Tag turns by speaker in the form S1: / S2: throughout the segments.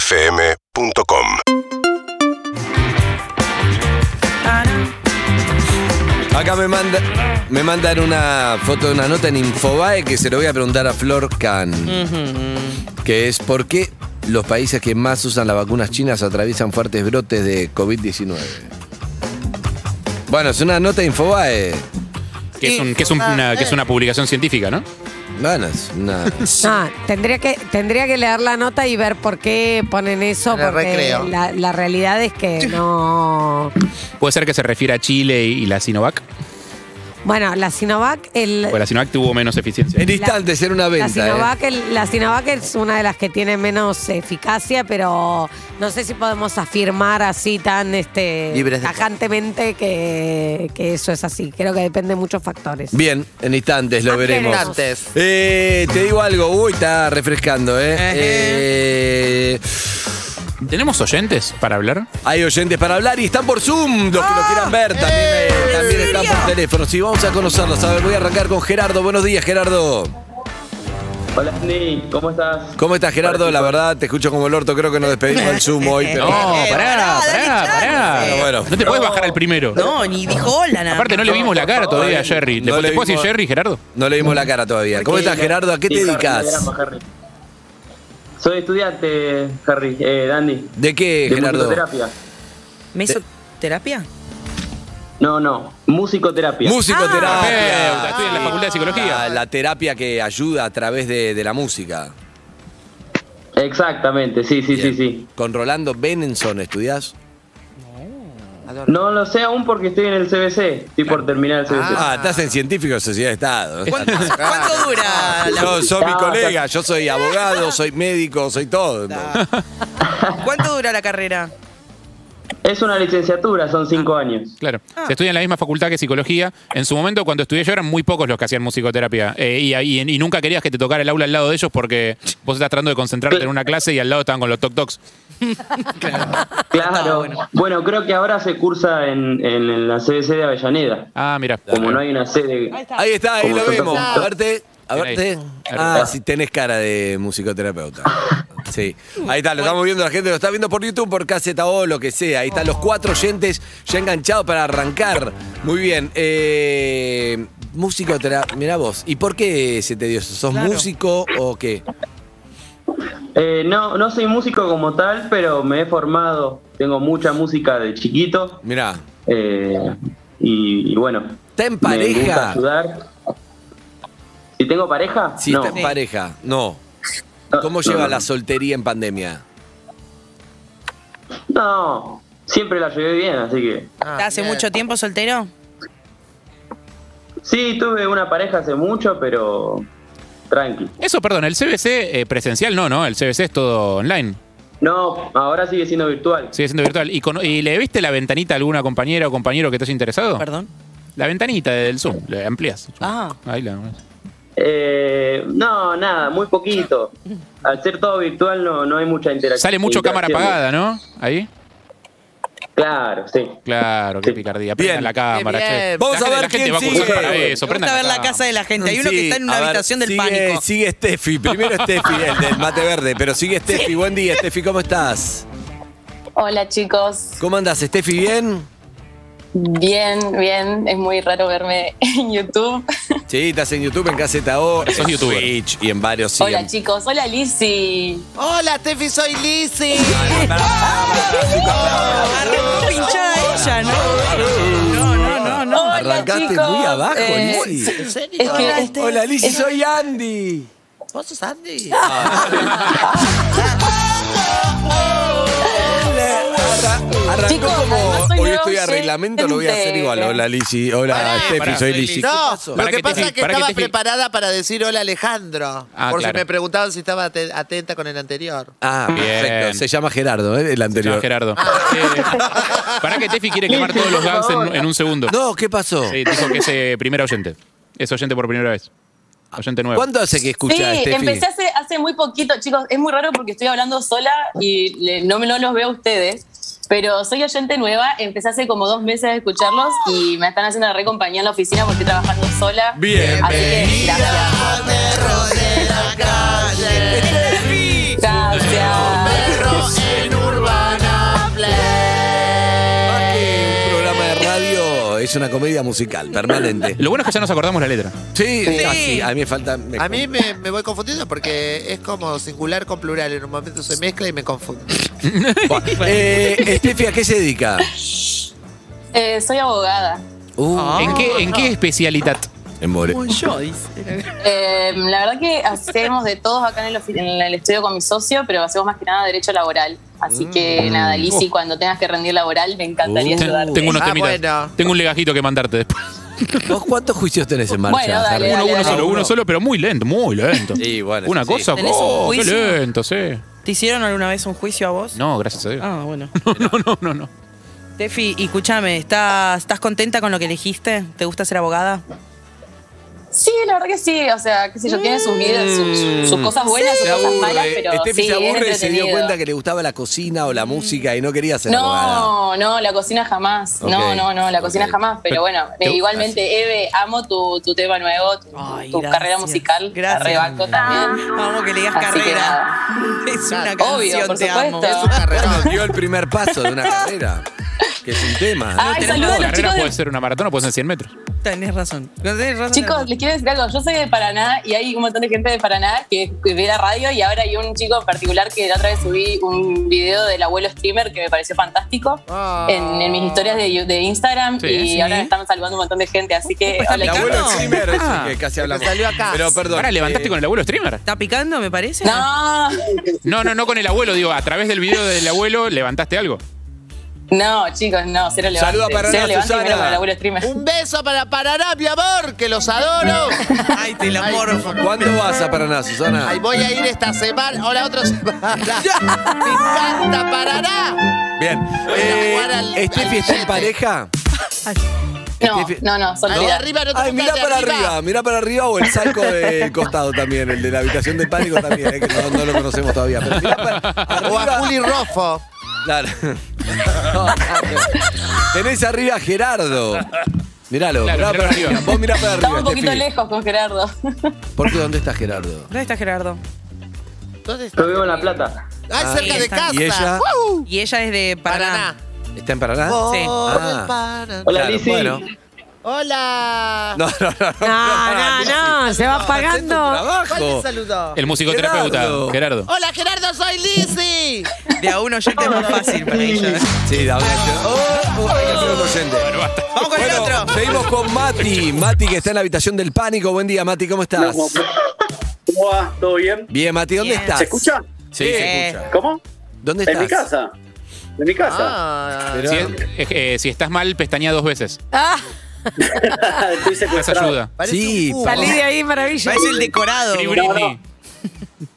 S1: UrbanaPlayFM.com
S2: Acá me manda, me mandan una foto de una nota en Infobae que se lo voy a preguntar a Flor Can, que es por qué los países que más usan las vacunas chinas atraviesan fuertes brotes de COVID-19. Bueno, es una nota de Infobae.
S3: Que es, un- que es un- una,
S4: Ah,
S3: que es
S4: eh.
S3: una publicación científica, ¿no?
S2: Bueno, es una-
S4: No, tendría que, tendría que leer la nota y ver por qué ponen eso,
S5: En el
S4: porque
S5: recreo.
S4: la, la realidad es que no.
S3: Puede ser que se refiera a Chile y, y la Sinovac.
S4: Bueno, la Sinovac, el,
S3: Porque la Sinovac tuvo menos eficiencia.
S2: en instantes era una
S4: la,
S2: venta. ¿eh?
S4: Sinovac, el- la Sinovac es una de las que tiene menos eficacia, pero no sé si podemos afirmar así tan este
S5: Libres de-
S4: tajantemente que, que eso es así. Creo que depende de muchos factores.
S2: Bien, en Ah, instantes lo
S4: Antes
S2: veremos.
S4: no.
S5: Antes.
S2: Eh, te digo algo, uy, está refrescando, ¿eh? Eh,
S3: ¿Tenemos oyentes para hablar?
S2: Hay oyentes para hablar y están por Zoom, los que lo quieran ver también, Ah, eh, también están por teléfono. Sí, vamos a conocerlos. A ver, voy a arrancar con Gerardo. Buenos días, Gerardo.
S6: Hola Andy, ¿cómo estás?
S2: ¿Cómo estás, Gerardo? La verdad, te escucho como el orto. Creo que nos despedimos del Zoom hoy, pero.
S3: No, pará, pará, pará.
S2: Pero bueno.
S3: No te puedes bajar al primero.
S7: No, ni dijo hola nada.
S3: Aparte, no le vimos la cara todavía a Jerry. ¿Le,
S2: No le
S3: ¿te puedo decir
S2: vimos-
S3: Jerry, Gerardo?
S2: No le dimos la cara todavía. ¿Cómo estás, Gerardo? ¿A qué te
S6: Sí, Harry, me
S2: dedicas?
S6: llamo Harry. Soy estudiante, Harry, eh, Andy.
S2: ¿De qué,
S6: de
S2: Gerardo?
S6: musicoterapia.
S7: ¿Me hizo terapia?
S6: No, no, musicoterapia.
S3: Terapeuta,
S2: Musicoterapia.
S3: estoy en la Facultad de
S2: Ah. La,
S3: Psicología.
S2: la terapia que ayuda a través de, de la música.
S6: Exactamente, sí, sí,
S2: Bien.
S6: sí, sí.
S2: Con Rolando Benenson, ¿estudiás?
S7: Ah,
S6: No lo sé aún porque estoy en el CBC, estoy por terminar el CBC.
S2: Ah, estás en Científico de Sociedad de Estado.
S7: ¿Cuánto, cuánto dura? la-
S2: Yo soy mi
S6: Ah,
S2: colega, yo soy abogado, soy médico, soy todo.
S7: ¿Cuánto dura la carrera? Ah.
S6: Es una licenciatura, son cinco años.
S3: Claro.
S4: Ah.
S3: Se estudia en la misma facultad que psicología. En su momento, cuando estudié yo, eran muy pocos los que hacían musicoterapia. Eh, y, ahí- y nunca querías que te tocara el aula al lado de ellos porque vos estás tratando de concentrarte en una clase y al lado estaban con los toc-tocs.
S7: Ah,
S6: Claro. bueno. creo que ahora se cursa en, en la CBC de Avellaneda.
S3: Ah, mira.
S6: Como no hay una sede.
S2: Ahí está, ahí
S6: Como
S2: lo
S6: son
S2: vemos.
S6: tan-
S2: A verte, a
S3: Bien ahí.
S2: verte. Ah, sí, tenés cara de musicoterapeuta. Sí. Ahí está, lo estamos viendo la gente, lo está viendo por YouTube, por KZO, lo que sea. Ahí están los cuatro oyentes ya enganchados para arrancar. Muy bien. Eh, musicoterapia, mirá vos. ¿Y por qué se te dio eso? ¿Sos músico o qué?
S6: Eh, no, no soy músico como tal, pero me he formado. Tengo mucha música de chiquito.
S2: Mirá.
S6: eh, y, y bueno.
S2: ¿Está en
S6: Me gusta
S2: pareja?
S6: ayudar. ¿Si tengo pareja?
S2: Sí,
S6: no.
S2: está en pareja. No.
S6: No,
S2: ¿Cómo
S6: no,
S2: lleva
S6: no.
S2: la soltería en pandemia?
S6: No, siempre la llevé bien, así que.
S7: ¿Está ¿Hace mucho tiempo soltero?
S6: Sí, tuve una pareja hace mucho, pero. Tranqui.
S3: Eso, perdón, el CBC eh, presencial no, ¿no? El CBC es todo online.
S6: No, ahora sigue siendo virtual.
S3: Sigue siendo virtual. ¿Y, cono- y le viste la ventanita a alguna compañera o compañero que te haya interesado?
S7: Perdón.
S3: La ventanita del Zoom, la amplías.
S7: Ah.
S3: Ahí la.
S6: Eh, no, nada, muy poquito. Al ser todo virtual no, no hay mucha interacción.
S3: Sale mucho cámara
S6: interacción.
S3: apagada, ¿no? Ahí.
S6: Claro, sí.
S3: Claro, qué
S6: Sí.
S3: picardía.
S2: Bien.
S3: Prendan la cámara,
S5: Qué bien.
S3: che.
S2: Vamos
S3: la,
S2: a
S3: gente-
S2: ver
S3: la gente
S2: quién
S3: va a cursar
S2: sigue.
S3: para
S7: Me
S3: eso.
S7: gusta
S3: prendan
S7: ver la casa de la gente. Hay uno que
S2: Sí,
S7: está en una
S2: a ver,
S7: habitación del
S2: sigue-
S7: pánico.
S2: Sigue Steffi, primero Steffi, el del mate verde, pero sigue Steffi. Buen día, Steffi, ¿cómo estás?
S8: Hola chicos,
S2: ¿Cómo andas, Steffi? ¿Bien?
S8: bien, bien, es muy raro verme en YouTube.
S2: Sí, estás en YouTube, en KZO,
S3: Sos
S2: en
S3: youtuber.
S2: Twitch y en varios sí, em.
S8: Hola
S2: en-
S8: chicos, hola Lizzy.
S5: Hola, Tefi, soy Lizzy.
S7: Arrancó pinchada ella, ¿no? No, no, no, no.
S8: Hola,
S2: Arrancaste muy abajo,
S8: Eh,
S2: Lizzy.
S5: ¿En serio?
S8: Es que-
S5: Hola, Steffi.
S2: Hola, Lizzy, soy Ah, Andy.
S5: ¿Vos sos Andy?
S2: Arra- arrancó
S8: Chicos, además soy
S2: como hoy
S8: nueva
S2: estoy a
S8: oyente.
S2: reglamento, lo voy a hacer igual. Hola, Lizzy. Hola, Steffi,
S3: pará,
S2: soy
S3: soy
S2: Lizzy.
S5: No, lo
S3: Para
S5: que
S3: que
S5: pasa
S3: Tefi-
S5: es que
S3: para que
S5: estaba
S3: Tefi-
S5: preparada para decir hola Alejandro.
S3: Ah,
S5: por
S3: claro.
S5: si me preguntaban si estaba ate- atenta con el anterior.
S2: Ah,
S3: Bien.
S2: perfecto. Se llama Gerardo, ¿eh? el
S3: No,
S2: anterior.
S3: Gerardo. para que Tefi quiere quemar todos los gags en, en un segundo.
S2: No, ¿qué pasó?
S3: Sí, dijo que es eh, primer oyente. Es oyente por primera vez. Oyente nuevo.
S2: ¿Cuánto hace que escuchas,
S8: Sí,
S2: Steffi?
S8: empecé hace, hace muy poquito, chicos. Es muy raro porque estoy hablando sola y le- no, me- no los veo a ustedes. Pero soy oyente nueva, empecé hace como dos meses a escucharlos y me están haciendo la re compañía en la oficina porque estoy trabajando sola.
S2: Bien.
S8: Así que gracias.
S5: Me rodea la calle.
S8: Gracias.
S2: es una comedia musical permanente.
S3: Lo bueno es que ya nos acordamos la letra.
S2: Sí, así, a mí me falta. me-
S5: A mí me, me voy confundiendo porque es como singular con plural. En un momento se mezcla y me confundo.
S2: Bueno, eh, Estefi, ¿a qué se dedica?
S8: Eh, soy abogada.
S2: Uh,
S3: ¿En qué, en qué especialidad?
S2: en More.
S7: Como yo, dice.
S8: Eh, la verdad que hacemos de todos acá en el, ofi- en el estudio con mi socio, pero hacemos más que nada derecho laboral. Así que nada, Lizzy, cuando tengas que rendir laboral, me encantaría
S2: Mm. Uh.
S8: ayudarte.
S3: Tengo unos
S5: Ah,
S3: temitas.
S5: bueno.
S3: Tengo un legajito que mandarte después.
S2: ¿Vos cuántos juicios tenés en marcha?
S8: Bueno, dale,
S3: Uno,
S2: Harry?
S3: uno
S8: dale.
S3: solo, uno solo, pero muy lento, muy lento.
S2: Sí, bueno,
S3: Una
S2: eso sí.
S3: cosa,
S7: ¿Tenés un
S3: oh, qué
S7: juicio?
S3: lento, sí.
S7: ¿Te hicieron alguna vez un juicio a vos?
S3: No, gracias a Dios.
S7: Ah, bueno.
S3: No, no, no, no.
S7: Tefi, y escúchame, ¿estás, ¿estás contenta con lo que elegiste? ¿Te gusta ser abogada?
S8: Sí, la verdad que sí. O sea, qué sé yo, tiene sus vidas, sus,
S3: Mm.
S8: sus cosas buenas,
S2: Mm. Se
S8: sus cosas
S2: aburre.
S8: malas, pero
S2: Estefi
S8: sí,
S2: se
S8: es
S2: aburre y se dio
S8: entretenido. Mm.
S2: cuenta que le gustaba la cocina o la música y no quería ser abogada.
S8: No, no, la cocina jamás.
S2: Ok,
S8: No, no, no, la cocina
S2: ok.
S8: jamás. Pero bueno, eh,
S2: Te-
S8: igualmente, Eve, amo tu, tu tema nuevo, tu,
S7: Ay,
S8: tu
S7: gracias.
S8: carrera musical.
S7: Ah, Gracias. Ah,
S8: La rebanco también.
S7: Vamos, que le digas
S8: Así que
S7: carrera. Es una canción,
S8: Obvio, por
S7: te amo.
S8: supuesto.
S5: Es un carrerón.
S2: Dio el primer paso de una carrera, que es un tema. ¿no?
S8: Ay,
S7: tenemos
S8: saludos a los
S3: carrera
S8: chicos de
S3: puede ser una maratona, puede ser 100 metros.
S7: Tenés razón. Tenés razón.
S8: Chicos, les quiero decir algo. Yo soy de Paraná y hay un montón de gente de Paraná que, que ve la radio y ahora hay un chico en particular que la otra vez subí un video del abuelo streamer que me pareció fantástico
S5: Ah.
S8: en, en mis historias de, you- de Instagram
S3: Sí,
S8: y
S7: sí.
S8: ahora me están saludando un montón de gente. Así que
S7: Pues está
S8: hola,
S2: El
S7: picando.
S8: chicos.
S2: abuelo streamer, ese
S3: Ah.
S2: que casi hablamos.
S5: salió acá.
S2: Pero perdón.
S3: Ahora levantaste
S2: eh,
S3: con el abuelo streamer.
S7: ¿Está picando, me parece?
S8: No,
S3: No, no, no con el abuelo, digo, a través del video del abuelo levantaste algo.
S8: no, chicos, no, cero levante.
S2: Saluda a Paraná,
S8: cero levante
S2: Susana.
S8: primero con el abuelo streamer.
S5: Un beso para Paraná, mi amor, que los adoro.
S7: Ay, te la
S5: Ay,
S7: morfo.
S2: ¿Cuándo vas a Paraná, Susana?
S5: Ay, voy a ir esta semana o la otra semana. Me encanta Paraná.
S2: Bien.
S5: Voy a
S2: Eh,
S5: jugar al-
S2: ¿Estefi
S5: al
S2: está en
S5: siete.
S2: pareja?
S8: No, no, no,
S5: Al de
S8: solidaridad.
S5: arriba no te
S2: Ay, mirá
S5: gusta, el de
S2: para arriba, mirá para arriba o el saco del costado también, el de la habitación de pánico también, eh, que no, no lo conocemos todavía. Pero mirá para
S5: O a
S2: arriba.
S5: Juli Rofo.
S2: Claro. No, no, Tenés arriba a Gerardo. Míralo,
S3: Claro, mirá
S2: mirá para
S3: para
S2: arriba.
S3: arriba.
S2: Vos mirá para arriba.
S8: Estamos un poquito
S2: Estefi.
S8: lejos con Gerardo.
S2: ¿Por qué dónde está Gerardo?
S7: ¿Dónde está Gerardo?
S5: ¿Dónde está?
S9: Yo vivo en La Plata.
S5: Ay,
S2: Ah,
S5: cerca
S7: y
S5: de
S7: está-
S5: casa.
S2: ¿Y ella?
S7: Y ella es de Paraná.
S5: Paraná.
S2: ¿Está en Paraná?
S5: Por
S7: Sí.
S5: el
S2: Ah.
S5: Paraná.
S9: Hola,
S2: Claro,
S9: Lizzy.
S2: bueno.
S5: Hola.
S2: No, no, no.
S4: No, no, no, se va pagando.
S5: ¿Cuál le
S2: Trabajo.
S5: saludó?
S3: El musicoterapeuta,
S2: Gerardo.
S3: Gerardo.
S5: Hola, Gerardo, soy Lizzy.
S7: De a uno oyente es más fácil para ella. ¿eh?
S2: Sí, la verdad. que- Oh, oh, hay que hacer un oyente.
S7: Vamos con el
S2: Bueno,
S7: otro.
S2: seguimos con Mati. Mati que está en la habitación del pánico. Buen día, Mati, ¿cómo estás?
S6: ¿Cómo va? ¿Todo bien?
S2: Bien, Mati, ¿dónde
S7: Bien.
S2: estás?
S6: ¿Se escucha?
S7: Sí.
S2: Sí,
S3: Eh,
S2: se escucha.
S6: ¿Cómo?
S2: ¿Dónde estás?
S6: En mi casa. En mi casa.
S5: Ah,
S2: Pero-
S3: Si, es- eh, si estás mal, pestañea dos veces.
S4: Ah,
S6: Estoy
S3: Más
S6: secuestrado.
S3: ayuda.
S5: parece
S2: Sí,
S5: un cubo.
S4: salí de ahí, maravilla.
S7: Parece el decorado.
S3: Free
S6: no.
S3: Britney.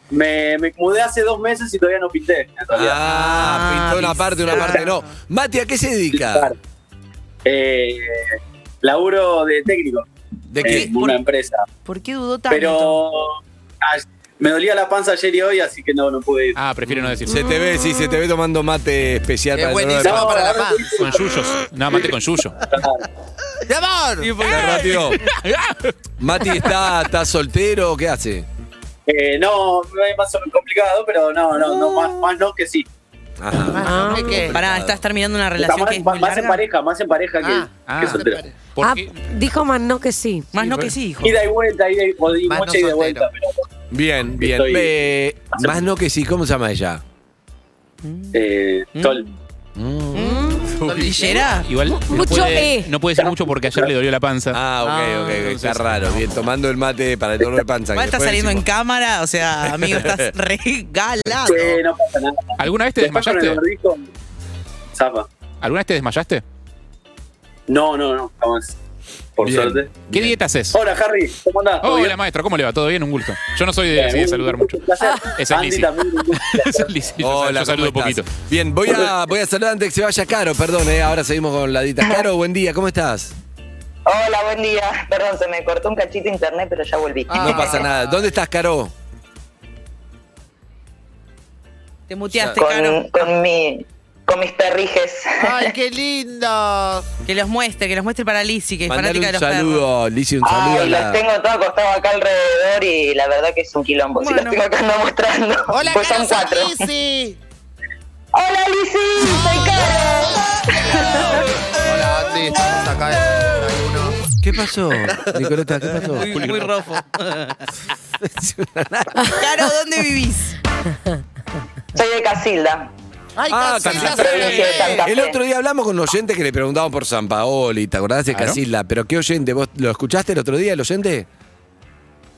S6: Me, me mudé hace dos meses y todavía no pinté. en realidad.
S2: Ah, pintó una
S7: Ah,
S2: parte, una
S7: bizarro.
S2: parte no. Mati, ¿a qué se dedica?
S6: Eh, laburo de técnico
S2: ¿De
S6: en
S2: qué?
S6: una empresa.
S7: ¿Por qué dudó tanto?
S6: Pero ah, me dolía la panza ayer y hoy, así que no, no pude ir.
S3: Ah, prefiero no decir.
S2: Se te ve, sí, se te ve tomando mate especial
S5: Es
S2: para el dolor de
S5: buenísimo
S6: No,
S2: panza.
S5: para la
S6: ahora
S5: panza.
S3: Con yuyos. No, mate con yuyo. Eh.
S5: ¡Mi amor!
S2: Mati, Mati está, está soltero, ¿qué hace?
S6: Eh, no, es más complicado, pero no, no, no, más, más no que sí.
S2: Ajá.
S5: Ah, ¿qué, qué?
S7: Pará, estás terminando una
S6: Está
S7: relación
S6: más,
S7: que es
S6: más-
S7: muy
S6: más en
S7: larga.
S6: pareja, más en pareja que,
S5: Ah,
S3: ah.
S6: que soltero.
S3: ¿Por
S4: Ah,
S3: qué?
S4: dijo más no que sí.
S7: Más no que sí, hijo.
S6: Ida y vuelta, ida y, o di-
S5: Más no
S6: mucha ida y
S5: soltero.
S6: vuelta, pero
S2: Bien, bien.
S6: Estoy-
S2: Eh, más no que sí, ¿cómo se llama ella?
S6: eh, Tol.
S7: ¿Tordillera?
S3: Igual no
S4: Mucho
S3: puede,
S4: E.
S3: no puede ser mucho porque ayer le dolió la panza.
S2: Ah, ok,
S7: Ah,
S2: ok, ok, está
S3: entonces-
S2: raro. Bien, tomando el mate para el dolor de panza.
S7: Va
S2: que
S7: a estar
S2: después
S7: saliendo en
S2: decimos-
S7: cámara, o sea, amigo, estás regalado.
S6: Eh, no pasa nada.
S3: ¿Alguna vez te
S6: Después con el
S3: desmayaste?
S6: barbijo, zafa.
S3: ¿Alguna vez te desmayaste?
S6: No, no, no, jamás. Por
S2: Bien.
S6: suerte.
S3: ¿Qué dieta haces?
S6: Hola, Harry, ¿cómo
S2: Ah,
S6: andás? ¿Todo
S3: hola
S6: bien?
S3: maestro, ¿cómo le va? ¿Todo bien? Un gusto. Yo no soy de,
S6: Bien,
S3: así de
S6: un-
S3: saludar
S6: un
S3: mucho.
S6: placer.
S3: Esa es
S6: Andy
S3: Lizzy.
S6: también, un gusto.
S3: Esa es Lizzy, yo,
S2: Hola,
S3: yo saludo
S2: Oh, ¿cómo estás?
S3: poquito.
S2: Bien, voy a, voy a saludar antes que se vaya Caro, perdón, eh, ahora seguimos con la dita. Caro, buen día, ¿cómo estás?
S10: Hola, buen día. Perdón, se me cortó un cachito internet, pero ya volví.
S7: Ah,
S3: Ah.
S2: No pasa nada. ¿Dónde estás, Caro?
S7: Te muteaste, Caro.
S10: Con, con, mi, con mis perrijes.
S5: ¡Ay, qué lindo!
S7: Que los muestre, que los muestre para Lizzy, que es
S2: Mandale
S7: fanática de
S2: un
S7: los
S2: saludo, Lizzy, un saludo. a
S10: Ay,
S2: la-
S10: los tengo todos acostados acá alrededor y la verdad que es un quilombo. Si
S7: Bueno.
S10: los tengo acá ando mostrando,
S5: ¡Hola,
S10: pues
S5: Caro,
S10: son cuatro.
S5: soy Lizzy!
S10: ¡Hola, Lisi! ¡Soy Caro!
S5: Hola, Andy, estamos acá en uno.
S2: ¿Qué pasó, Nicoleta? ¿Qué pasó?
S7: Muy, muy rofo.
S2: Es una nada.
S7: Caro, ¿dónde vivís?
S10: Soy de Casilda.
S5: ¡Ay,
S2: Ah,
S5: Casilda
S2: Casilda.
S5: se
S10: Santa
S2: El
S10: Fe.
S2: otro día hablamos con un oyente que le preguntaban por San Paoli, ¿te acordás de
S3: Claro.
S2: Casilda? Pero qué oyente, ¿vos lo escuchaste el otro día, el oyente?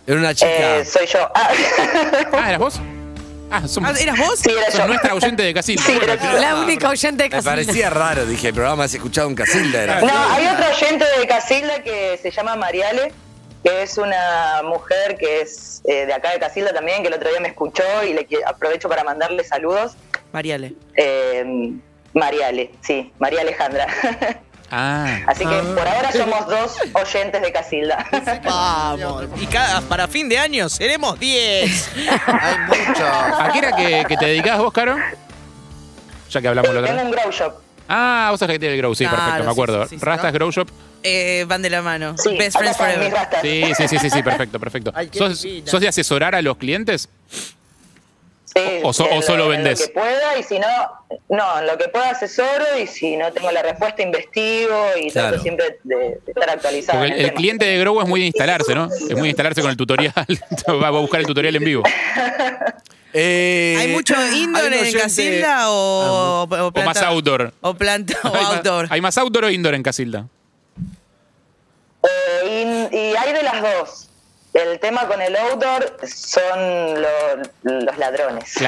S2: Era una chica.
S10: Eh, soy yo. Ah,
S3: Ah, ¿eras vos? Ah, somos,
S7: Ah, ¿Eras vos?
S10: sí, era
S3: sos
S10: yo.
S3: nuestra oyente de Casilda.
S10: Sí, era yo.
S4: La única oyente de
S2: Me
S4: Casilda.
S2: parecía raro, dije, el programa se escuchaba un Casilda. Era.
S10: No, hay otro oyente de Casilda que se llama Mariale, que es una mujer que es eh, de acá de Casilda también, que el otro día me escuchó y le qui- aprovecho para mandarle saludos.
S7: Mariale.
S10: Eh, Mariale, sí, María Alejandra.
S3: Ah.
S10: Así que por ahora somos dos oyentes de Casilda.
S11: Vamos. Y cada, para fin de año seremos 10.
S5: Hay mucho.
S3: ¿A qué era que, que te dedicabas vos, Caro? Ya que
S7: Eh,
S3: hablamos la otra
S10: Tengo
S3: vez.
S10: un grow shop.
S3: Ah, vos sos la que tiene el grow, sí,
S7: Claro,
S3: perfecto, me
S7: sí,
S3: acuerdo.
S7: sí, sí, sí,
S3: Rastas
S7: ¿no?
S3: Grow Shop.
S7: Eh, van de la mano.
S10: Sí,
S7: Best
S10: acá
S7: Friends
S10: están mis
S7: Forever.
S10: rastas.
S3: Sí, sí, sí, sí, sí, perfecto, perfecto.
S11: Ay, qué
S3: ¿Sos,
S11: divina.
S3: sos de asesorar a los clientes?
S10: Sí,
S3: O- o so- o
S10: en lo-
S3: solo
S10: en
S3: vendés.
S10: Lo que pueda y si no, no, en lo que pueda asesoro y si no tengo la respuesta investigo y
S2: Claro.
S10: trato siempre de, de estar actualizado.
S3: Porque
S10: en
S3: el,
S10: el
S3: el
S10: tema.
S3: cliente de Grow es muy de instalarse, ¿no? Es muy de instalarse con el tutorial. Va a buscar el tutorial en vivo.
S2: Eh,
S7: ¿Hay mucho
S2: hay un
S7: indoor en
S2: oyente-
S7: Casilda o, o planta-
S3: Ah, más outdoor.
S7: O planta o
S3: hay, más-
S7: outdoor.
S3: ¿Hay más outdoor o indoor en Casilda?
S10: Eh, y, y hay de las dos. El tema con el outdoor son lo- los ladrones.
S2: Ahí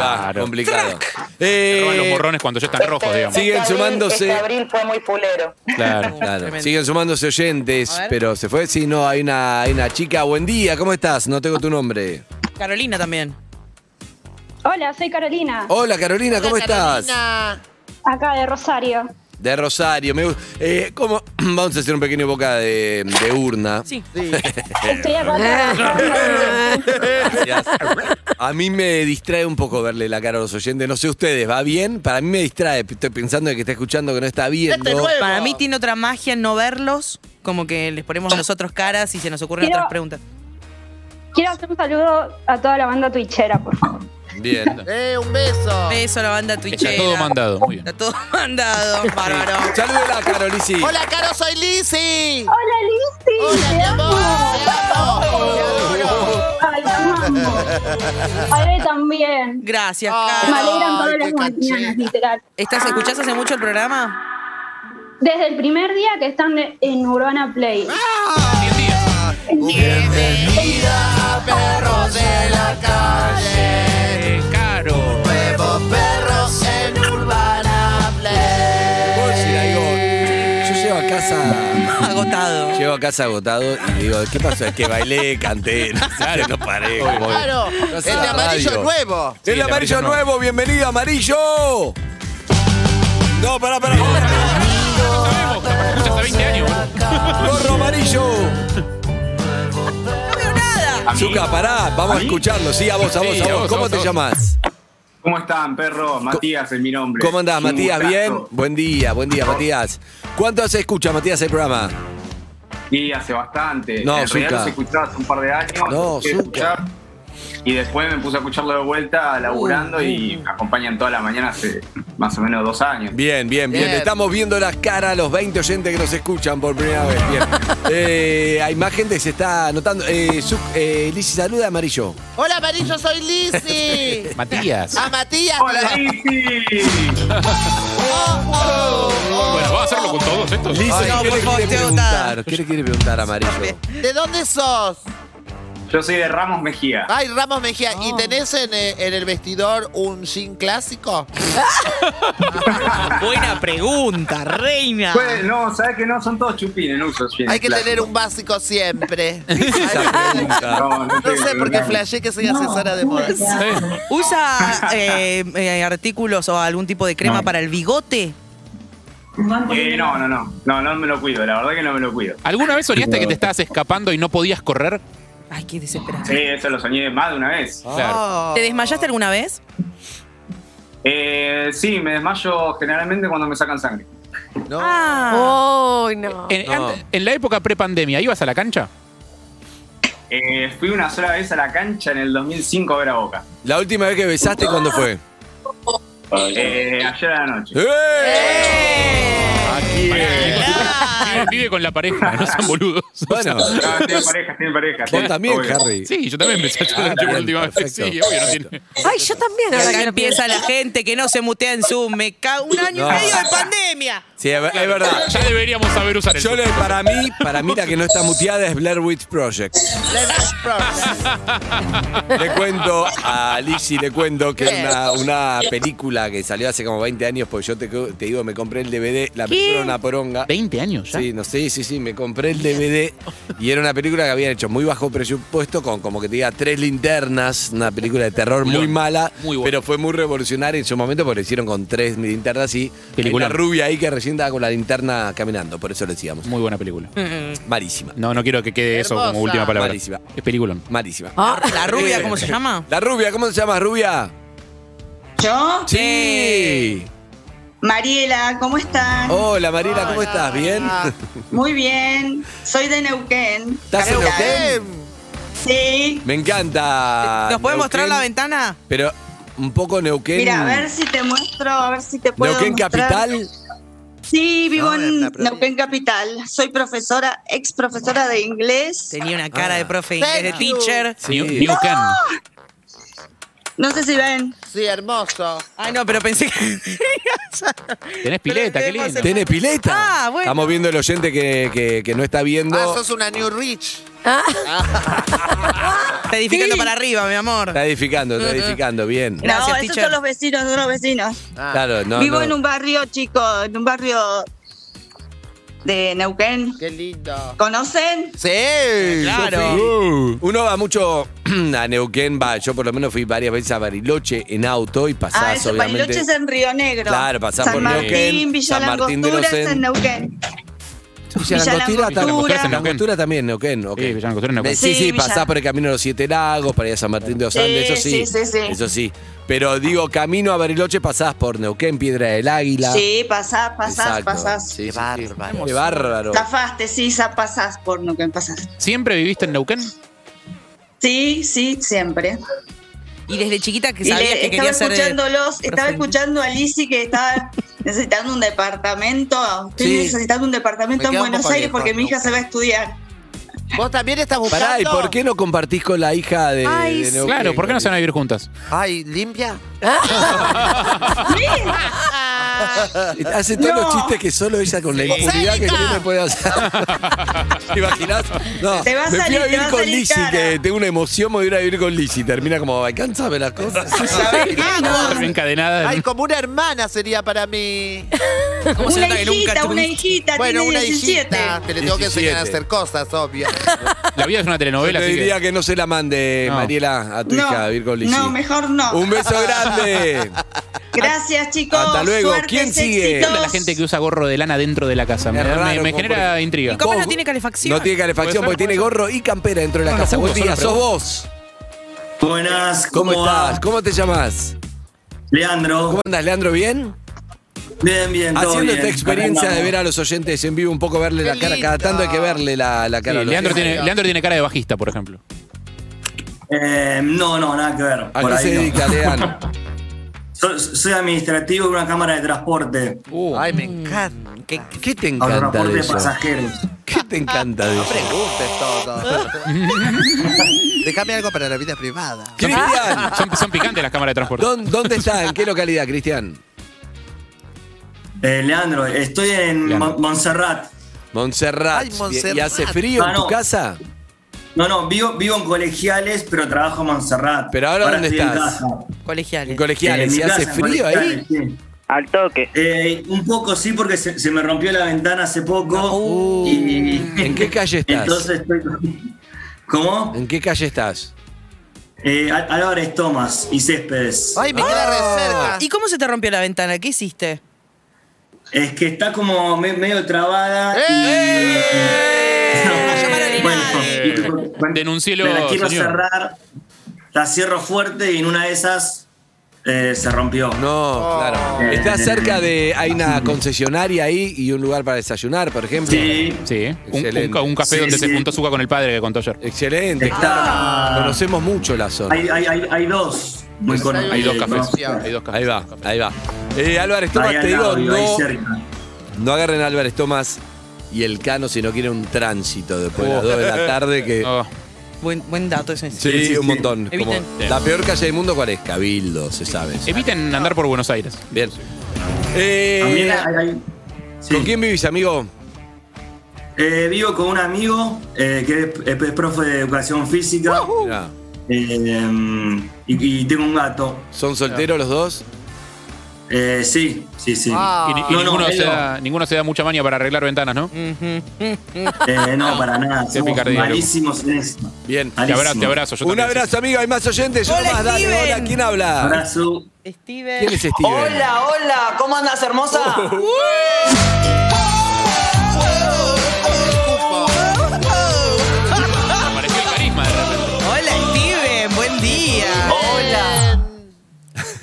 S2: va,
S3: Claro.
S2: complicado.
S3: Te
S2: Eh,
S3: roban los morrones cuando ya están
S10: Este,
S3: rojos, digamos.
S2: Sí. siguen
S10: abril-
S2: sumándose.
S10: Este abril fue muy fulero.
S3: Claro.
S2: Claro,
S7: Tremendo.
S2: siguen sumándose oyentes,
S7: A ver.
S2: pero se fue. Sí, no, hay una, hay una chica. Buen día, ¿cómo estás? No tengo tu nombre.
S7: Carolina también.
S12: Hola, soy Carolina,
S2: Hola, Carolina, ¿cómo estás?
S12: acá de Rosario.
S2: De Rosario. Me, gu- eh, ¿cómo? Vamos a hacer un pequeño boca de, de urna.
S7: Sí.
S12: Estoy acá trabajando.
S2: Gracias. A mí me distrae un poco verle la cara a los oyentes. No sé ustedes, ¿va bien? Para mí me distrae. Estoy pensando en que está escuchando, que no está viendo.
S5: Este nuevo.
S7: Para mí tiene otra magia no verlos, como que les ponemos nosotros caras y se nos ocurren
S12: Quiero-
S7: otras preguntas.
S12: Quiero hacer un saludo a toda la banda twitchera, por favor.
S2: Bien.
S5: ¡Eh, un beso!
S7: Beso a la banda
S3: Está
S7: Twitchera.
S3: todo mandado, muy bien.
S7: Está todo mandado, bárbaro.
S2: Saludela, Carolisi.
S5: ¡Hola, Caro, soy Lizzy!
S12: Hola, Listi.
S5: ¡Hola, mi
S12: te amo.
S5: amor! ¡Te amo! ¡Te adoro!
S12: Ay, te amo. A ver, también.
S7: Gracias,
S5: Ah.
S12: Me
S7: Caro.
S12: alegran
S5: Ay,
S12: todas
S5: qué
S12: las
S5: cacheta.
S12: mañanas, literal.
S7: ¿Estás, ¿Escuchás hace mucho el programa?
S12: Desde el primer día que están de- en Urbana Play.
S2: ¡Ah!
S5: Bienvenida, perros de la calle.
S7: Eh,
S3: Caro.
S5: Nuevos perros en Urbana Play.
S2: ¿Puedo decir algo? Yo llego a casa.
S7: Agotado.
S2: Llego a casa agotado y digo, ¿qué pasó? Es que bailé, canté, no, sé, no paré.
S5: Claro, el de amarillo
S2: radio.
S5: nuevo.
S2: Sí, el amarillo
S3: amarillo
S2: nuevo, bienvenido amarillo. No, pará, pará.
S3: Sabemos, capaz que escuchas hace 20 años.
S2: Gorro amarillo. Zuka, pará, vamos a escucharlo. Sí, a vos, a vos,
S3: Sí,
S2: a
S3: a
S2: vos.
S3: vos,
S2: ¿Cómo
S3: a vos,
S2: te
S3: a vos.
S2: llamás?
S6: ¿Cómo están, perro? Matías es mi nombre.
S2: ¿Cómo andás,
S6: Un
S2: Matías? ¿Bien?
S6: gustazo.
S2: Buen día, buen día, Matías. ¿Cuánto hace escucha, Matías, el programa?
S6: Y hace bastante.
S2: No,
S6: en realidad
S2: Zucca.
S6: los escuchaba hace un par de años.
S2: No,
S6: los dejé de
S2: Zucca.
S6: escuchar, Y después me puse a escucharlo de vuelta laburando y me acompañan toda la mañana hace más o menos dos años.
S2: Bien, bien, bien.
S7: Eh,
S5: Bien.
S2: Estamos viendo las caras a los 20 oyentes que nos escuchan por primera vez. Bien. Eh, hay más gente que se está anotando. Eh, Zuc- eh, Lizzy, saluda a Amarillo.
S5: Hola, amarillo, soy Lizzy.
S3: Matías.
S7: Ah.
S5: A Matías.
S6: ¡Hola, Lizzy!
S3: Bueno, ¿vas a hacerlo con todos estos?
S2: Lizzy,
S7: Ay, no,
S2: ¿qué
S7: por favor,
S2: le quiere
S7: estoy
S2: preguntar?
S7: agotada.
S2: ¿Qué le quiere preguntar a Amarillo?
S5: ¿De dónde sos?
S6: Yo soy de Ramos Mejía.
S5: Ay, Ramos Mejía. ¿Y tenés en, eh, en el vestidor un jean clásico?
S11: Buena pregunta, reina.
S6: Pues, no, sabes que no, son todos chupines, no uso jeans
S5: Hay que
S6: clásicos.
S5: tener un básico siempre.
S2: Esa pregunta.
S6: No, no
S5: No
S6: tengo,
S5: sé por qué
S6: no.
S5: flashé que soy asesora de moda.
S7: ¿Usa eh, eh, artículos o algún tipo de crema
S6: No.
S7: para el bigote?
S6: Eh, no, no, no. No, no me lo cuido, la verdad que no me lo cuido.
S3: ¿Alguna vez soñaste que te estabas escapando y no podías correr?
S7: Ay, qué desesperante.
S6: Sí, eso lo soñé más de una vez.
S2: Ah.
S3: Claro.
S7: ¿Te desmayaste alguna vez?
S6: Eh, sí, me desmayo generalmente cuando me sacan sangre.
S7: Ah.
S4: Oh, no.
S3: En,
S2: No.
S3: ante- en la época prepandemia, ¿ibas a la cancha?
S6: Eh, fui una sola vez a la cancha en el 2005 a ver a Boca.
S2: La última vez que besaste, ¿cuándo fue?
S6: Eh, ayer a la noche.
S3: Aquí, eh, Vive con la pareja, no sean boludos.
S2: Bueno.
S13: Ah,
S6: No, tiene pareja, tiene pareja.
S2: Vos también,
S6: obvio.
S2: Harry.
S3: Sí, yo también empecé a echar un
S2: Ah,
S3: chivo
S2: bien,
S3: la última vez. Sí,
S2: perfecto.
S3: obvio, no tiene.
S4: Ay, yo también. ahora
S7: Acá
S4: que lo
S7: empieza la gente que no se mutea en Zoom. Me cago un año
S2: No.
S7: y medio de pandemia.
S2: Sí, es ver- es verdad.
S3: Ya deberíamos saber usar el
S2: Yo le- para mí, para mí la que no está muteada es Blair Witch Project. Le cuento a Lizzy, le cuento que una, una película que salió hace como 20 años, pues yo te, co- te digo, me compré el DVD, la película era una poronga.
S3: ¿20 años ya?
S2: Sí, no sé, sí, sí, me compré el DVD y era una película que habían hecho muy bajo presupuesto, con como que te diga tres linternas, una película de terror muy
S3: Peliculón.
S2: mala,
S3: Muy buena.
S2: pero fue muy revolucionaria en su momento porque hicieron con tres linternas y
S3: Peliculón.
S2: la rubia ahí que recién estaba con la linterna caminando, por eso lo decíamos.
S3: Muy buena película.
S2: Malísima,
S3: No, no quiero que quede eso como
S7: Hermosa.
S3: última palabra.
S2: Malísima.
S3: Es peliculón.
S2: malísima.
S4: Ah,
S7: La rubia, ¿cómo se llama?
S2: La rubia, ¿cómo se llama, rubia?
S14: ¿Yo?
S7: Eh.
S2: Sí.
S14: Mariela, ¿cómo están?
S2: Hola, Marina, ¿cómo estás? ¿Bien?
S14: Muy bien. Soy de Neuquén.
S2: ¿Estás en
S14: Capital.
S2: Neuquén?
S14: Sí.
S2: Me encanta.
S7: ¿Nos puede mostrar
S2: Neuquén,
S7: la ventana?
S2: Pero un poco Neuquén.
S14: Mira, a ver si te muestro, a ver si te puedo
S2: Neuquén
S14: mostrar.
S2: capital.
S14: Sí, vivo
S7: Ah,
S11: No, la-
S14: en
S11: la provincia.
S14: Neuquén Capital. Soy profesora, ex profesora de inglés.
S7: Tenía una cara
S2: Ah.
S7: de profe de inglés, de
S11: Thank you.
S7: teacher.
S2: Sí.
S3: New, New Can.
S14: ¡Ah! No sé si ven.
S5: Sí, hermoso.
S7: Ay, no, pero pensé que.
S3: Tenés pileta, qué
S7: Pero
S3: lindo.
S2: Tiene pileta.
S7: Ah, bueno.
S2: Estamos viendo el oyente que, que- que no está viendo.
S5: Ah, sos una New Rich.
S14: Ah.
S5: Ah.
S7: Está edificando para arriba, mi amor.
S2: Está edificando, está edificando, bien.
S7: Gracias,
S14: no, esos
S7: teacher.
S14: son los vecinos, son los vecinos.
S5: Ah.
S2: Claro, no.
S14: vivo
S2: no.
S14: en un barrio chico, en un barrio de Neuquén.
S5: Qué lindo.
S14: ¿Conocen?
S5: Sí.
S7: Claro.
S3: Uh.
S2: Uno va mucho a Neuquén, va, yo por lo menos fui varias veces a Bariloche en auto y pasás,
S14: Ah, eso,
S2: obviamente.
S14: Bariloche es en Río Negro.
S2: Claro, pasás
S14: San
S2: por
S14: Martín,
S2: Neuquén,
S14: Villa
S2: San Martín de
S14: Langostura
S2: Neuquén.
S14: es en Neuquén.
S2: Villa
S14: Villa
S2: Langostura, está-
S14: Langostura.
S2: Langostura, Langostura también, Neuquén, ok.
S3: Sí, Villano Costero, no.
S2: Me-
S14: Sí,
S2: Sí, sí,
S14: Villa-
S2: pasás por el camino de los Siete Lagos, para ir a San Martín de los
S14: Sí,
S2: Andes, eso sí,
S14: sí, sí, sí.
S2: Eso sí. Pero digo, camino a Bariloche pasás por Neuquén, Piedra del Águila.
S14: Sí, pasás, pasás,
S2: Ah. Exacto.
S14: pasás.
S2: Sí, sí,
S5: Qué
S2: sí.
S5: bárbaro.
S2: Qué bárbaro.
S14: Zafaste, sí, za- pasás por Neuquén, pasás.
S3: ¿Siempre viviste en Neuquén?
S14: Sí, sí, siempre.
S7: Y desde chiquita que
S14: Y
S7: sabías
S14: le-
S7: que
S14: estaba
S7: quería ser. eh,
S14: escuchándolos, estaba
S7: profe.
S14: escuchando a Lizzy que estaba necesitando un departamento. Estoy
S2: Sí.
S14: necesitando un
S5: Me
S14: departamento en
S5: quedo un
S14: Buenos
S5: poco
S14: Aires
S5: lejos,
S14: porque mi hija
S5: Neuquén.
S14: se va a estudiar.
S5: Vos también estás buscando.
S2: Pará, ¿y por qué no compartís con la hija de,
S4: Ay,
S2: de
S4: sí.
S2: Neuquén?
S3: Claro, ¿por qué no se van a vivir juntas?
S5: Ay, limpia.
S14: Ah.
S2: Hace todos los
S14: No.
S2: chistes que solo ella con la impunidad que tiene puede hacer. ¿Te imaginás? No,
S14: Te va a
S2: me fui
S14: salir,
S2: a
S14: te
S2: vivir
S14: va a
S2: con
S14: salir
S2: Lizzy,
S14: cara.
S2: que tengo una emoción, me voy a ir a vivir con Lizzy. Termina como, alcánzame las cosas.
S3: Estar encadenada. en-
S5: Ay, como una hermana sería para mí.
S7: ¿Cómo se
S14: Una
S7: nota que nunca
S14: hijita,
S7: tuviste-
S14: una hijita,
S5: Bueno,
S14: tiene
S5: una
S14: 17.
S5: hijita que le tengo que enseñar a
S2: 17.
S5: hacer cosas, obvio.
S3: La vida es una
S2: Yo
S3: telenovela,
S2: te
S3: así que.
S2: diría que... no se la mande,
S3: No.
S2: Mariela, a tu hija a vivir con Lizzy.
S14: no, mejor
S3: Ah,
S14: no.
S2: Un beso grande.
S14: Gracias, chicos.
S2: Hasta luego.
S14: Suerte,
S2: ¿Quién sigue?
S14: éxitos.
S3: La gente que usa gorro de lana dentro de la casa. Me,
S2: Es
S3: me-
S2: raro
S3: me
S2: como por
S3: genera intriga.
S7: ¿Cómo no
S2: Vos-
S7: tiene calefacción?
S2: No tiene calefacción
S3: Puede
S2: porque
S3: ser,
S2: tiene
S3: puede
S2: gorro y campera dentro de la
S3: Bueno,
S2: casa. Buen
S3: justo,
S2: día,
S3: solo
S2: sos vos.
S13: Buenas,
S2: ¿Cómo,
S13: ¿cómo, va?
S2: estás? ¿Cómo te llamás?
S13: Leandro.
S2: ¿Cómo andas, Leandro? ¿Bien?
S13: Bien, bien, todo
S2: Haciendo
S13: bien.
S2: esta experiencia
S13: Acá
S2: de ver
S13: andamos.
S2: a los oyentes en vivo, un poco verle la cara. Cada tanto hay que verle la, la
S3: Sí,
S2: cara. a los
S3: Leandro,
S2: oyentes.
S3: tiene, Leandro tiene cara de bajista, por ejemplo.
S13: Eh, no, no, nada que ver.
S2: ¿A
S13: Por
S2: qué
S13: ahí
S2: se
S13: no.
S2: dedica, Leandro?
S13: Soy, soy administrativo de una cámara de transporte.
S5: Ay, me encanta.
S2: Uh. Mm. ¿Qué, qué te
S13: A los
S2: encanta
S13: transporte
S2: de
S13: de
S2: eso?
S13: pasajeros.
S2: ¿Qué te encanta de eso?
S3: Ah,
S5: Preguntes todo. Déjame algo para la vida privada.
S2: Cristian,
S3: Son, son picantes las cámaras de transporte.
S2: ¿dó- ¿dónde está? ¿En qué localidad, Cristian?
S13: Eh, Leandro, estoy en
S3: Leandro.
S13: Mon- Montserrat.
S2: Montserrat.
S5: Ay,
S2: ¿Y-
S5: Montserrat.
S2: ¿Y hace frío en
S13: Ah,
S2: tu
S13: no.
S2: casa?
S13: No, no, vivo, vivo en colegiales, pero trabajo en Montserrat.
S2: Pero ahora, ¿dónde
S13: estoy en
S2: estás?
S13: casa.
S2: En
S7: Colegiales.
S2: colegiales.
S13: En
S2: ¿Y
S13: mi
S2: hace
S13: casa, en
S2: frío ahí?
S13: Colegiales, sí.
S15: Al toque.
S13: Eh, un poco sí, porque se, se me rompió la ventana hace poco.
S5: Uh.
S13: y-
S2: ¿En qué calle estás?
S13: Entonces estoy. con- ¿Cómo?
S2: ¿En qué calle estás?
S13: Eh, Al- Álvarez Tomás y Céspedes.
S5: Ay, me queda
S2: Ah.
S5: re cerca.
S7: ¿Y cómo se te rompió la ventana? ¿Qué hiciste?
S13: Es que está como me- medio trabada.
S7: Va a llamar
S13: Y...
S7: al
S13: bueno,
S7: INADI.
S13: bueno,
S3: Eh, Denuncielo,
S13: Me la quiero
S3: señor.
S13: cerrar. La cierro fuerte y en una de esas Eh, se rompió.
S2: No, claro.
S13: Eh,
S2: Está cerca de. Hay una concesionaria ahí y un lugar para desayunar, por ejemplo.
S13: Sí.
S3: Sí. Un,
S2: Excelente.
S3: un ca- un café
S2: Sí,
S3: donde
S2: sí.
S3: se juntó Zuka con el padre que contó ayer.
S2: Excelente.
S7: Ah.
S13: Está-
S2: Conocemos mucho la zona.
S13: Ah. Hay, hay, hay, hay dos. Muy conocidos.
S3: Hay dos cafés.
S13: ¿no?
S3: Hay dos cafés.
S2: Ahí va, ahí va. Eh, Álvarez Tomás,
S13: Ahí al
S2: te digo,
S13: lado, digo, ahí
S2: no,
S13: cerca.
S2: no agarren a Álvarez Tomás y el Cano si no quieren un tránsito después de las
S3: Oh.
S2: 2 de la tarde que.
S7: Buen, buen dato ese.
S2: Sí, un montón. Como-
S7: Eviten.
S2: la peor calle del mundo, ¿cuál es? Cabildo, se sabe.
S3: Eviten andar por Buenos Aires.
S2: Bien. Eh,
S13: También hay- hay-
S2: ¿Con quién vivís, amigo?
S13: eh, vivo con un amigo eh, que es, es profe de educación física
S2: Mirá,
S13: eh, y, y tengo un gato.
S2: ¿Son solteros los dos?
S13: Eh, sí, sí, sí.
S3: Y, ni- y
S13: Ah. No, no,
S3: ninguno,
S13: él
S3: se
S13: no.
S3: da, ninguno se da mucha maña para arreglar ventanas, ¿no?
S13: Eh, no, para nada.
S3: Qué
S13: Somos
S3: picardía, loco.
S13: malísimos en eso.
S2: Bien.
S3: Te abrazo, te
S13: Malísimo.
S3: abrazo. Yo
S2: Un
S3: también,
S2: abrazo, amigo. Hay más oyentes. Yo
S11: Hola,
S2: nomás, dale.
S11: Steven.
S2: Hola, ¿quién habla?
S13: Abrazo.
S7: Steven.
S2: ¿Quién es Steven?
S15: Hola, hola, ¿cómo andas, hermosa?
S3: sí. Apareció el carisma de repente.
S7: Hola, Steven, buen día.
S15: Hola.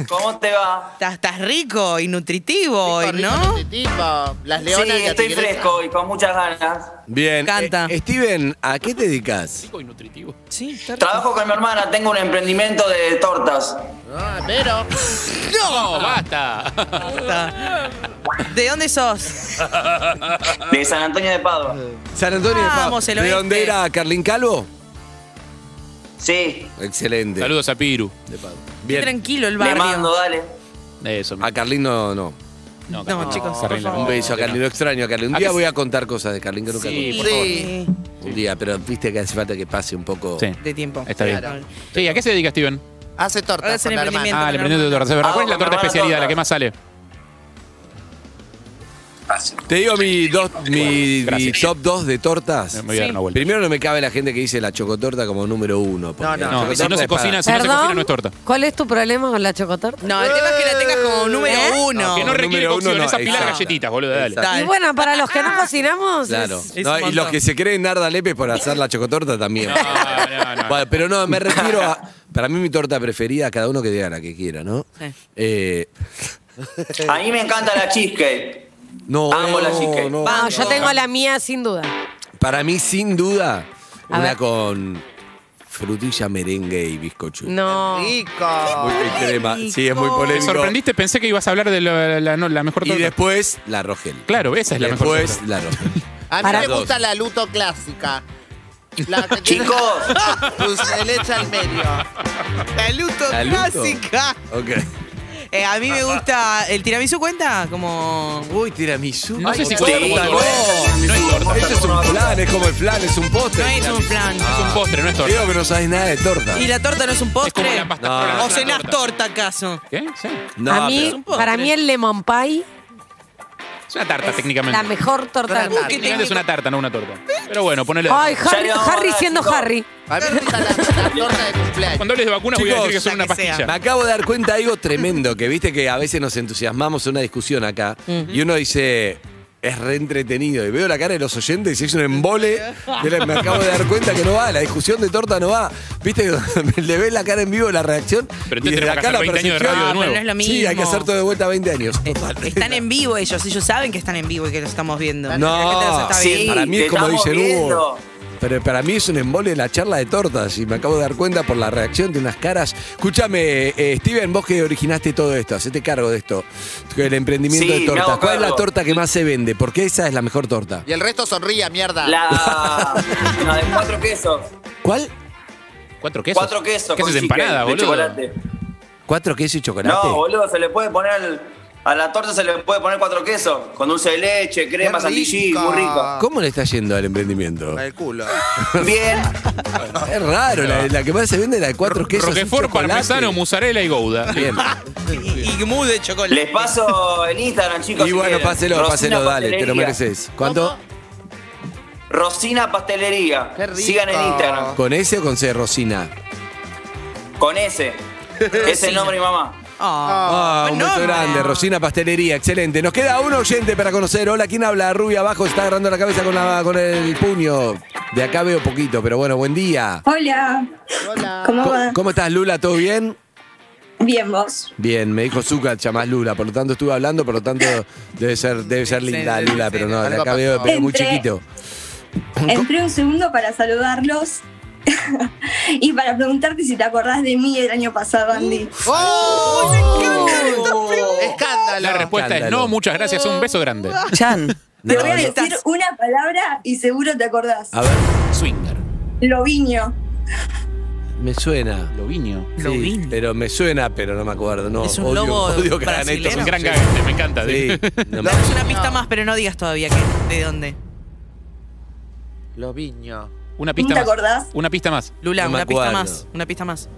S15: ¿Cómo te va?
S7: Estás, estás rico y nutritivo hoy,
S5: rico,
S7: ¿no?
S5: Tipo, las
S15: Sí,
S5: leonas que
S15: estoy fresco y con muchas ganas.
S2: Bien.
S7: Canta.
S2: Eh, Steven, ¿a qué te dedicas?
S3: Rico y nutritivo.
S7: Sí, está rico.
S15: Trabajo con mi hermana, tengo un emprendimiento de tortas.
S5: Ah, pero.
S3: ¡No! ¡Basta!
S7: Está. ¿De dónde sos?
S15: De San Antonio de Padua.
S2: San Antonio de Pau.
S7: Vamos, el
S2: ¿De
S7: oeste.
S2: dónde era Carlín Calvo?
S15: Sí,
S2: Excelente.
S3: Saludos a Piru.
S2: De Pau.
S7: Qué
S2: Bien.
S7: tranquilo el
S15: le
S7: barrio.
S15: mando, dale.
S3: Eso.
S2: A Carlín no, no.
S3: No,
S7: No, chicos, por
S3: Carlín,
S7: favor.
S2: Un beso a Carlín, lo extraño a Carlín. Un
S3: ¿A
S2: día
S3: qué-
S2: voy a contar cosas de Carlín que nunca
S3: Sí,
S2: conté.
S3: por favor.
S7: Sí,
S2: Un día, pero viste que hace falta que pase un poco.
S3: Sí,
S7: de tiempo.
S3: está bien.
S7: Claro.
S3: Sí, ¿a qué se dedica Steven?
S5: Hace
S7: Ahora
S5: tortas
S7: es el
S5: con la hermana.
S7: emprendimiento.
S3: Ah, le
S7: con
S3: prendí de
S7: hermana.
S3: torta. ¿verdad? ¿Cuál es
S2: Ah,
S15: Hago
S3: la
S15: con
S3: torta
S15: hermana
S3: especialidad, la
S15: tortas.
S3: que más sale?
S2: Te digo mi, dos- mi, mi
S3: Gracias.
S2: top 2 de tortas.
S3: Me voy a dar una vuelta.
S2: Primero no me cabe la gente que dice la chocotorta como número uno. porque
S5: No, no.
S2: la
S3: No, si
S2: chocotorta
S3: no se
S2: es para-
S3: cocina, si no se cocina, no
S4: Perdón.
S3: es torta.
S4: ¿Cuál es tu problema con la chocotorta?
S7: No, el tema es que la tengas como número
S4: ¿Eh?
S7: uno.
S3: que no
S2: número
S3: requiere
S2: uno,
S3: cocción,
S2: no,
S3: es apilar
S2: exacto.
S3: galletitas, boludo, dale.
S2: Exacto.
S4: Y bueno, para los que no
S7: Ah.
S4: cocinamos.
S2: Claro.
S4: es- Ah,
S7: es
S2: No,
S7: un
S2: y
S7: montón.
S2: los que se creen Narda Lepe por hacer la chocotorta también.
S3: No, no, no.
S2: Bueno, pero no, me refiero a. Para mí, mi torta preferida, cada uno que diga la que quiera, ¿no?
S7: Sí.
S2: Eh,
S15: A mí me encanta la cheesecake.
S2: no,
S15: Amo la cheesecake.
S2: no.
S7: Ah,
S4: Vamos, yo tengo la mía sin duda.
S2: Para mí, sin duda,
S4: A
S2: una
S4: ver.
S2: con frutilla, merengue y bizcochuelo.
S4: No.
S5: Rico.
S2: Muy crema. Sí, es muy
S3: Me
S2: polémico.
S3: Oh. sorprendiste, pensé que ibas a hablar de la, la- no, la mejor
S2: Y
S3: torta.
S2: después, la Rogel.
S3: Claro, esa es la mejor
S2: Después,
S3: torta.
S2: la Rogel.
S5: A mí
S2: Para
S5: me
S2: dos.
S5: gusta la luto clásica. La que tiene
S15: Chicos,
S5: dulce de leche al medio.
S7: La luto
S2: ¿La luto?
S7: clásica.
S2: Ok.
S7: Eh, a mí me gusta. ¿El tiramisú cuenta? Como.
S2: Uy, tiramisú.
S3: No sé si
S2: Ay,
S3: cuenta
S2: torta,
S3: como torta.
S2: no. Este es un plan, es como el plan, es un postre. Ah.
S7: No es un plan.
S3: Es un postre, no es torta.
S2: Digo que no sabes nada de torta.
S7: ¿Y la torta no es un
S3: Es como
S7: postre?
S3: la pasta.
S2: No.
S3: frola,
S7: ¿O
S3: es una
S7: cenás
S3: torta.
S7: torta acaso?
S3: ¿Qué? Sí.
S2: No,
S4: a
S2: pero-
S4: mí,
S7: pero-
S4: para mí el lemon pie
S3: Es una tarta,
S4: es
S3: técnicamente.
S4: la mejor torta del
S7: Uy,
S4: mundo.
S7: qué
S3: Técnicamente es una tarta, no una torta. Pero bueno, ponele.
S4: Ay, Harry,
S15: Ya le vamos a
S4: Harry
S15: dar,
S4: siendo
S15: chicos.
S4: Harry.
S5: A mí me gusta la, la torta de cumpleaños.
S3: Cuando hables de vacunas voy a decir que
S2: Chicos,
S3: son
S7: la
S3: una
S7: que sea.
S3: pastilla.
S2: Me acabo de dar cuenta de algo tremendo, que viste que a veces nos entusiasmamos en una discusión acá y uno dice, es re entretenido. Y veo la cara de los oyentes y es un embole. de la- me acabo de dar cuenta que no va, la discusión de torta no va. Viste, que le ves la cara en vivo, la reacción.
S3: Pero entonces
S2: y desde
S3: tenemos que
S2: acá
S3: hacer
S2: la
S3: 20 años de
S2: percepción-
S3: radio de
S7: Ah, pero
S3: nuevo.
S7: no es lo mismo.
S2: Sí, hay que hacer todo de vuelta a 20 años.
S7: Eh,
S2: Total.
S7: Están en vivo ellos, ellos saben que están en vivo y que los estamos viendo.
S2: No.
S7: La gente los está
S2: Sí.
S7: viendo.
S2: Para mí
S15: te
S2: es como
S15: estamos
S2: dice Hugo.
S15: viendo.
S2: Pero para mí es un embole la charla de tortas y me acabo de dar cuenta por la reacción de unas caras. Escúchame, eh, Steven, vos que originaste todo esto, hacete cargo de esto, el emprendimiento
S15: Sí,
S2: de
S15: me
S2: tortas.
S15: hago
S2: ¿Cuál es la
S15: cargo.
S2: torta que más se vende? Porque esa es la mejor torta.
S5: Y el resto sonría, mierda.
S15: La, la de cuatro quesos.
S2: ¿Cuál?
S3: ¿Cuatro quesos?
S15: Cuatro quesos.
S3: ¿Qué
S15: con
S3: es empanada,
S15: cheesecake de
S3: boludo?
S15: chocolate.
S2: ¿Cuatro queso y chocolate?
S15: No, boludo, se le puede poner. a la torta se le puede poner cuatro quesos. Con dulce de leche, crema,
S5: Qué
S15: santillí,
S5: rica.
S15: muy rico.
S2: ¿Cómo le está yendo al emprendimiento?
S5: Para el culo.
S15: Bien.
S2: Es raro, la, la que más se vende es la de cuatro quesos. y
S3: Roquefort,
S2: chocolate.
S3: parmesano, mozzarella y gouda.
S2: Bien.
S7: Y, y mousse de chocolate.
S15: Les paso el Instagram, chicos.
S2: Y
S15: si
S2: bueno,
S15: quieren.
S2: páselo,
S15: Rosina
S2: páselo, dale, te lo
S15: Pastelería.
S2: mereces. ¿Cuánto?
S15: Rosina Pastelería.
S5: Qué rico.
S15: Sigan en Instagram.
S2: ¿Con ese o con C, Rosina?
S15: Con ese. Ese es el nombre de mi mamá.
S7: Ah,
S2: Ah,
S7: buen
S2: un beso
S7: nombre.
S2: grande, Rosina Pastelería, excelente. Nos queda un oyente para conocer. Hola, ¿quién habla? Rubia abajo está agarrando la cabeza con, la- con el puño. De acá veo poquito, pero bueno, buen día.
S12: Hola,
S5: Hola.
S12: ¿cómo
S2: Co-
S12: va?
S2: ¿Cómo estás, Lula? ¿Todo bien?
S15: Bien, vos.
S2: Bien, me dijo Zuka, llamás Lula, por lo tanto estuve hablando, por lo tanto debe ser, debe ser linda Lula, pero no, de acá veo pero muy
S15: Entre-
S2: chiquito.
S15: Entré un segundo para saludarlos y para preguntarte si te acordás de mí el año pasado, Andy.
S5: Oh.
S3: La respuesta
S2: Escándalo.
S3: es no, muchas gracias, un beso grande.
S7: Chan.
S15: Te
S3: No,
S15: voy a
S3: no.
S15: decir una palabra y seguro te acordás.
S2: A ver,
S3: Swinger.
S15: Loviño.
S2: me suena.
S3: Loviño.
S2: Sí, pero me suena, pero no me acuerdo. No,
S7: Es un
S2: odio,
S7: lobo
S2: odio que hagan
S7: brasilero.
S2: esto.
S7: Un gran
S3: cagante, me encanta.
S2: Sí, no me-
S7: Damos una pista más, pero no digas todavía qué, de dónde.
S5: Loviño.
S3: Una pista
S15: ¿Te
S3: más.
S15: acordás?
S3: Una pista más.
S7: Lula,
S3: No me
S7: una pista
S3: acuerdo.
S7: más. Una pista más.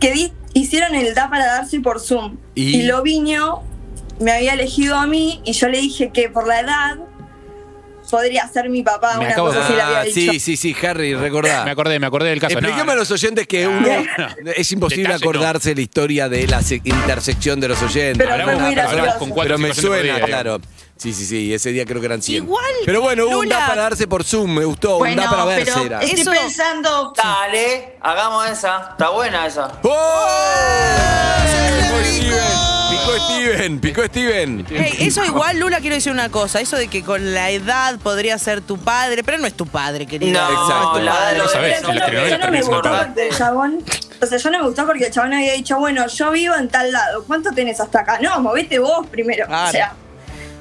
S15: Que di- hicieron el da para darse por Zoom.
S2: Y-
S15: Y, Loviño me había elegido a mí y yo le dije que por la edad podría ser mi papá.
S3: Me
S15: una
S3: acabo
S15: cosa así le había
S2: Ah,
S15: dicho.
S2: sí, sí, sí, Harry, recordá.
S3: Me acordé, me acordé del caso. No,
S2: Expliquemos a los oyentes que uno es imposible
S3: Detalle, no.
S2: acordarse la historia de la se- intersección de los oyentes.
S15: Pero fue Hablamos- muy hablamos gracioso.
S3: con cuatro
S2: Pero me
S3: situaciones
S2: suena,
S3: por día,
S2: claro. Sí, sí, sí, ese día creo que eran 100.
S15: Igual,
S2: Pero bueno, hubo un
S15: Lula.
S2: da para darse por Zoom, me gustó, Oh, un da para verse era.
S15: estoy pensando.
S6: Dale, hagamos esa. Está buena esa.
S15: ¡Oh!
S2: Picó Steven, picó Steven.
S15: Eh,
S7: Hey, Eh, eso igual, Lula, quiero decir una cosa. Eso de que con la edad podría ser tu padre, pero no es tu padre, querido.
S6: No,
S2: Exacto.
S6: la de
S15: Pero
S6: los
S15: yo no- yo no me gustó porque el chabón. O sea, yo no me gustó porque el chabón había dicho, bueno, yo vivo en tal lado, ¿cuánto tenés hasta acá? No, movete vos primero. O sea,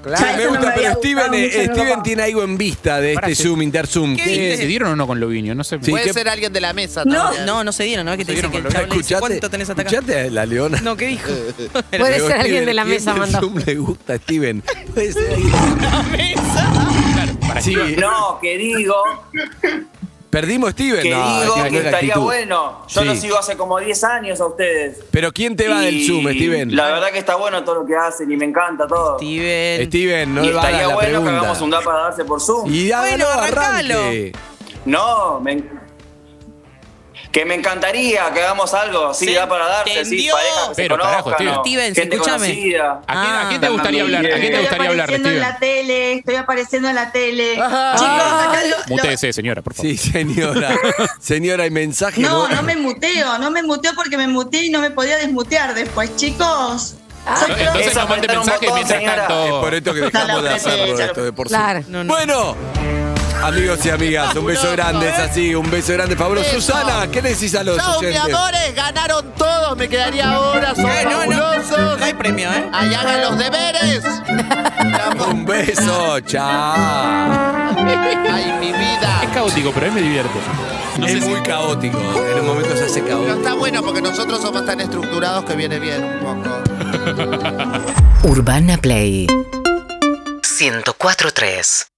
S2: Sí,
S15: ya eso
S2: me
S15: no
S2: gusta,
S15: me
S2: pero
S15: había
S2: Steven,
S15: gustado
S2: eh,
S15: mucho, no lo
S2: Steven
S15: banco.
S2: tiene algo en vista de
S7: Pará,
S2: este
S7: sí.
S2: Zoom, interzoom.
S7: ¿Qué viste?
S3: ¿Se dieron o no con Loviño? No sé.
S2: Sí,
S7: Puede
S2: ¿qué-
S7: ser alguien de la mesa.
S15: No.
S7: también. no, no se dieron, ¿no? Es Que te dicen que el chabón le dice, ¿cuánto tenés hasta acá?
S2: ¿Escuchaste a la leona?
S7: No, ¿qué dijo?
S16: Puede
S2: Digo,
S16: ser alguien de la
S2: ¿quién
S16: mesa,
S2: del
S16: mandó.
S2: Zoom le gusta a Steven? Puede ser
S3: Para
S2: Sí.
S3: Steven.
S6: No, que digo,
S2: Perdimos Steven.
S6: que
S2: No,
S6: digo
S2: Steven,
S6: que
S2: la
S6: estaría
S2: actitud.
S6: bueno. Yo
S2: Sí.
S6: lo sigo hace como 10 años a ustedes.
S2: Pero ¿quién te va
S6: Y
S2: del Zoom, Steven?
S6: La verdad que está bueno todo lo que hacen y me encanta todo.
S7: Steven.
S2: Steven, no
S6: y
S2: le va a
S6: estaría
S2: la
S6: bueno que
S2: pregunta.
S6: hagamos un da para darse por Zoom.
S2: Y hágalo,
S7: arrancalo.
S2: arranque.
S6: No, me en- que me encantaría que hagamos algo así,
S7: Se
S6: da para darse, sí,
S7: entendió.
S6: pareja que se
S3: Pero, carajo,
S6: conozcan,
S3: Steven.
S6: o
S7: Steven,
S6: gente
S7: escúchame.
S6: conocida.
S3: ¿A quién, a quién te
S14: Ah.
S3: gustaría hablar? ¿A quién te
S14: Estoy
S3: gustaría hablar,
S15: apareciendo en
S3: Steven?
S15: la tele, estoy apareciendo en la tele.
S3: Mutese, señora, por favor.
S2: Sí, señora. señora, hay mensaje.
S15: No, no me muteo, no me muteo porque me muteé y no me podía desmutear después, chicos. Soy
S3: Entonces
S6: Esa
S3: no mande
S6: apretar un
S3: mensajes
S6: botón,
S3: mientras
S6: señora.
S3: tanto.
S2: Por esto que dejamos de hacerlo esto de por Zoom.
S16: Claro.
S7: No, no.
S2: Bueno, amigos y amigas, un beso grande, es así, un beso grande, fabuloso.
S5: Beso.
S2: Susana, ¿qué le decís a los
S5: Chau, mi
S2: oyentes?
S5: amores, ganaron todos, me quedaría ahora, son
S7: Eh, no, no,
S5: fabulosos.
S7: no hay premio, ¿eh?
S5: Ahí hagan los deberes.
S2: Un beso, chao.
S5: Ay, mi
S3: Es
S5: vida.
S3: caótico, pero a mí me divierte. No sé
S2: es
S3: si-
S2: muy caótico, en un momento se hace
S5: Pero
S2: caótico.
S5: está bueno porque nosotros somos tan estructurados que viene bien un poco.
S4: Urbana Play 104.3